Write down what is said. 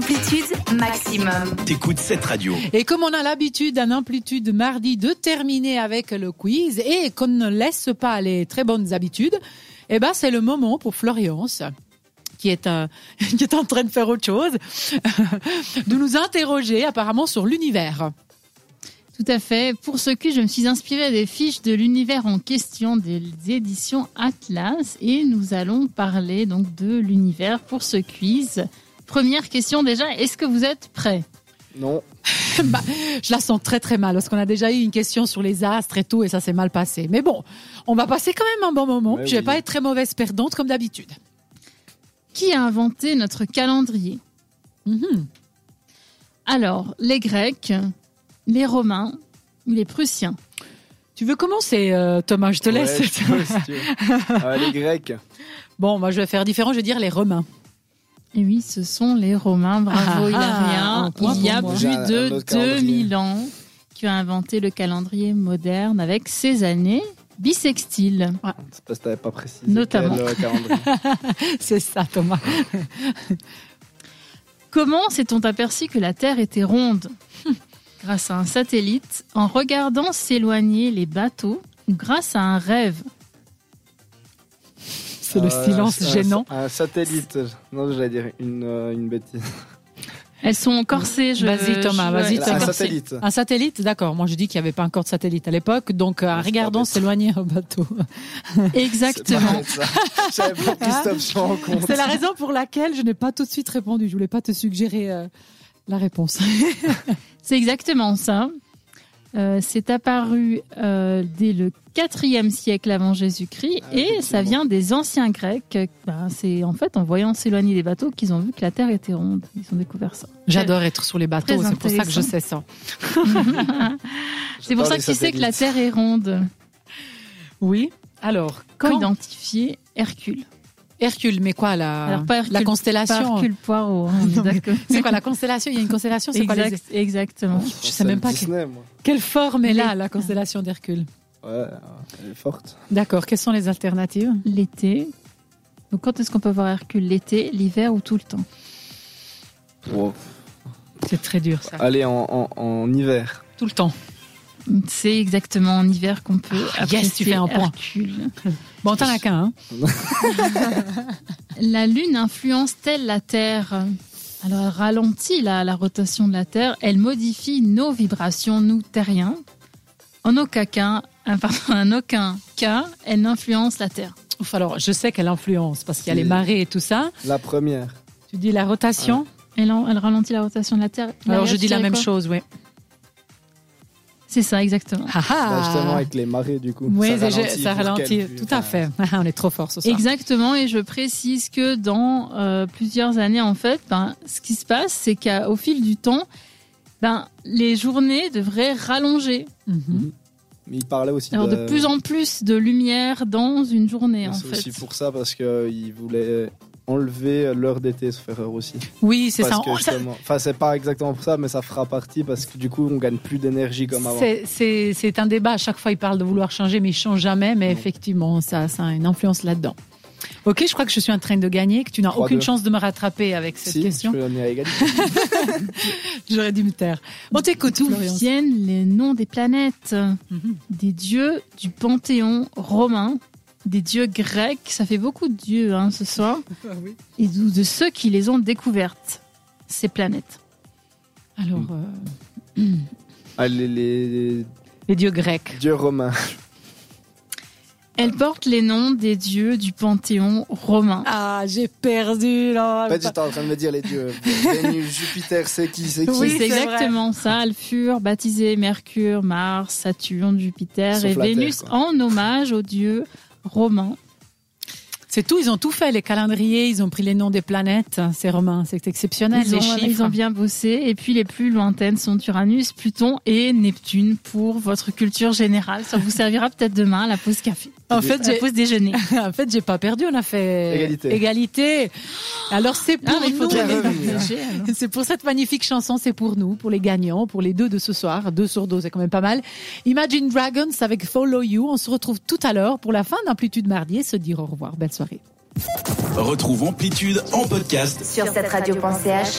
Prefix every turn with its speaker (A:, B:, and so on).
A: Amplitude maximum.
B: T'écoutes cette radio.
C: Et comme on a l'habitude en amplitude mardi de terminer avec le quiz et qu'on ne laisse pas les très bonnes habitudes, eh ben c'est le moment pour Florence qui est, euh, qui est en train de faire autre chose, de nous interroger apparemment sur l'univers.
D: Tout à fait. Pour ce qui, je me suis inspirée des fiches de l'univers en question des éditions Atlas et nous allons parler donc de l'univers pour ce quiz. Première question déjà, est-ce que vous êtes prêts
E: Non.
C: Bah, je la sens très très mal parce qu'on a déjà eu une question sur les astres et tout et ça s'est mal passé. Mais bon, on va passer quand même un bon moment.
E: Ouais,
C: puis je vais
E: oui.
C: pas être très mauvaise perdante comme d'habitude.
D: Qui a inventé notre calendrier
C: Mhm.
D: Alors, les Grecs, les Romains ou les Prussiens
C: Tu veux commencer, euh, Thomas Je te
E: Ouais,
C: laisse.
E: tu peux, si tu veux. Euh, les Grecs.
C: Bon, moi je vais faire différent, je vais dire les Romains.
D: Et Eh oui, ce sont les Romains. Bravo,
C: Ah,
D: Hilarien.
C: un point
D: Il y a
C: pour
E: moi.
D: plus
E: Déjà, un
D: de
E: autre calendrier.
D: 2000 ans qui a inventé le calendrier moderne avec ses années bissextiles.
E: C'est parce que t'avais pas précisé.
D: Notamment.
E: quel, euh, calendrier.
C: C'est ça, Thomas.
D: Comment s'est-on aperçu que la Terre était ronde Grâce à un satellite, en regardant s'éloigner les bateaux ou grâce à un rêve
C: C'est le
E: Euh,
C: silence
E: un-
C: gênant.
E: Un, satellite. Non, j'allais dire une, euh, une bêtise.
D: Elles sont corsées, je
C: Vas-y, Thomas,
D: je-
C: vas-y,
D: elles
C: Thomas.
D: sont
E: Un
D: corsées.
E: satellite.
C: Un satellite, d'accord. Moi, je dis qu'il n'y avait pas encore de satellite à l'époque, donc euh,
E: Ah, c'est
C: regardons
E: pas bête.
C: s'éloigner un bateau.
D: Exactement.
E: C'est pas bête, ça. J'avais pas pris cette option en compte.
C: Ah. C'est la raison pour laquelle je n'ai pas tout de suite répondu. Je voulais pas te suggérer euh, la réponse.
D: C'est exactement ça. Euh, c'est apparu euh, dès le 4e siècle avant Jésus-Christ
E: Ah,
D: et ça
E: effectivement.
D: vient des anciens Grecs. Ben, c'est en fait en voyant s'éloigner des bateaux qu'ils ont vu que la Terre était ronde. Ils ont découvert ça.
C: J'adore être sur les bateaux,
D: Très
C: c'est pour ça que je sais ça.
D: c'est pour
E: J'adore
D: ça
E: les
D: que tu sais que la
E: satellites.
D: Terre est ronde.
C: Oui. Alors,
D: Quand,
C: quand,
D: identifier Hercule
C: Hercule, mais quoi la,
D: Alors, pas Hercule,
C: la
D: Pas
C: constellation
D: Hercule Poirot. hein, on est d'accord.
C: C'est quoi la constellation Il y a une constellation, c'est quoi les...
D: Exact- Exactement.
C: Je sais même pas que-
E: Disney, moi.
C: quelle forme est là
D: Les-
C: la constellation d'Hercule.
E: Ouais, euh, elle est forte.
C: D'accord. Quelles sont les alternatives
D: L'été. Donc quand est-ce qu'on peut voir Hercule L'été, l'hiver ou tout le temps
E: Wow.
C: C'est très dur ça.
E: Allez, en, en, en hiver.
C: Tout le temps.
D: C'est exactement en hiver qu'on peut
C: Ah, yes, tu
D: apprécier
C: fais un point.
D: Hercule.
C: Bon, t'en as qu'un. hein.
D: La Lune influence-t-elle la Terre Alors, elle ralentit la, la rotation de la Terre. Elle modifie nos vibrations, nous, terriens. En aucun cas, ah, pardon, en aucun cas elle n'influence la Terre.
C: Ouf, alors, je sais qu'elle influence parce qu'il y a
E: C'est-
C: les marées et tout ça.
E: La première.
C: Tu dis la rotation.
D: Elle, en- elle ralentit la rotation de la Terre.
C: Alors,
D: Maria,
C: je
D: tu
C: dis la
D: dirais
C: même
D: quoi
C: chose, oui.
D: C'est ça, exactement.
C: Ah
E: Bah, justement,
C: ah
E: avec les marées, du coup.
C: Oui, ça,
E: ralentit
C: ça
E: pour
C: ralentit.
E: qu'elle-
C: Tout à
E: enfin,
C: fait. On est trop fort ce soir.
D: Exactement, et je précise que dans euh, plusieurs années, en fait, ben, ce qui se passe, c'est qu'au fil du temps, ben, les journées devraient rallonger.
C: Mhm.
E: Mais il parlait aussi
D: Alors,
E: de,
D: de plus en plus de lumière dans une journée, en
E: Euh. Ben, C'est
D: fait.
E: aussi pour ça, parce qu'il voulait enlever l'heure d'été, se faire aussi.
C: Oui, c'est ça.
E: Parce que
C: Oh, ça-
E: justement- Enfin, c'est pas exactement pour ça, mais ça fera partie parce que du coup, on gagne plus d'énergie comme avant.
C: C'est- C'est c'est un débat. À chaque fois, il parle de vouloir changer, mais il change jamais. Mais
E: Non.
C: effectivement, ça, ça a une influence là-dedans. Ok, je crois que je suis en train de gagner, que tu n'as
E: 3-2.
C: aucune chance de me rattraper avec cette
E: Si,
C: question.
E: je peux donner à égalité.
C: J'aurais dû me taire. On t'écoute,
D: D'où
C: Florian.
D: viennent les noms des planètes
C: Mhm.
D: Des dieux du panthéon romain, des dieux grecs, ça fait beaucoup de dieux hein, ce soir,
C: Ah
D: et d'où- de ceux qui les ont découvertes, ces planètes.
C: Alors, euh,
E: Ah, les, les
C: les dieux grecs.
E: dieux romains.
C: Ah,
D: Elles
E: Ah.
D: portent les noms des dieux du panthéon romain.
C: Ah, j'ai perdu là.
E: En fait, j'étais en train de me dire les dieux. Vénus, Jupiter, c'est qui, c'est qui
C: Oui,
D: c'est
C: c'est vrai.
D: exactement ça. Elles furent baptisées Mercure, Mars, Saturne, Jupiter
E: Sauf
D: et
E: la Terre,
D: Vénus
E: quoi.
D: en hommage aux dieux romains.
C: C'est tout. Ils ont tout fait. Les calendriers. Ils ont pris les noms des planètes. C'est romain. C'est exceptionnel.
D: Ils
C: les
D: ont, euh,
C: chiffres.
D: ils ont bien bossé. Et puis les plus lointaines sont Uranus, Pluton et Neptune pour votre culture générale. Ça vous servira peut-être demain à la pause café,
C: En fait,
D: à la
C: j'ai-
D: pause déjeuner.
C: en fait, j'ai pas perdu. On a fait
E: Égalité.
C: Égalité. Alors, c'est pour
D: Ah, mais il
C: nous.
D: faudrait
E: bien
D: les
E: revenir.
D: partager, alors.
C: C'est pour cette magnifique chanson, c'est pour nous, pour les gagnants, pour les deux de ce soir. Deux sur deux, c'est quand même pas mal. Imagine Dragons avec Follow You. On se retrouve tout à l'heure pour la fin d'Amplitude Mardi et se dire au revoir. Belle soirée.
B: Retrouve Amplitude en podcast
A: Sur cette radio.ch.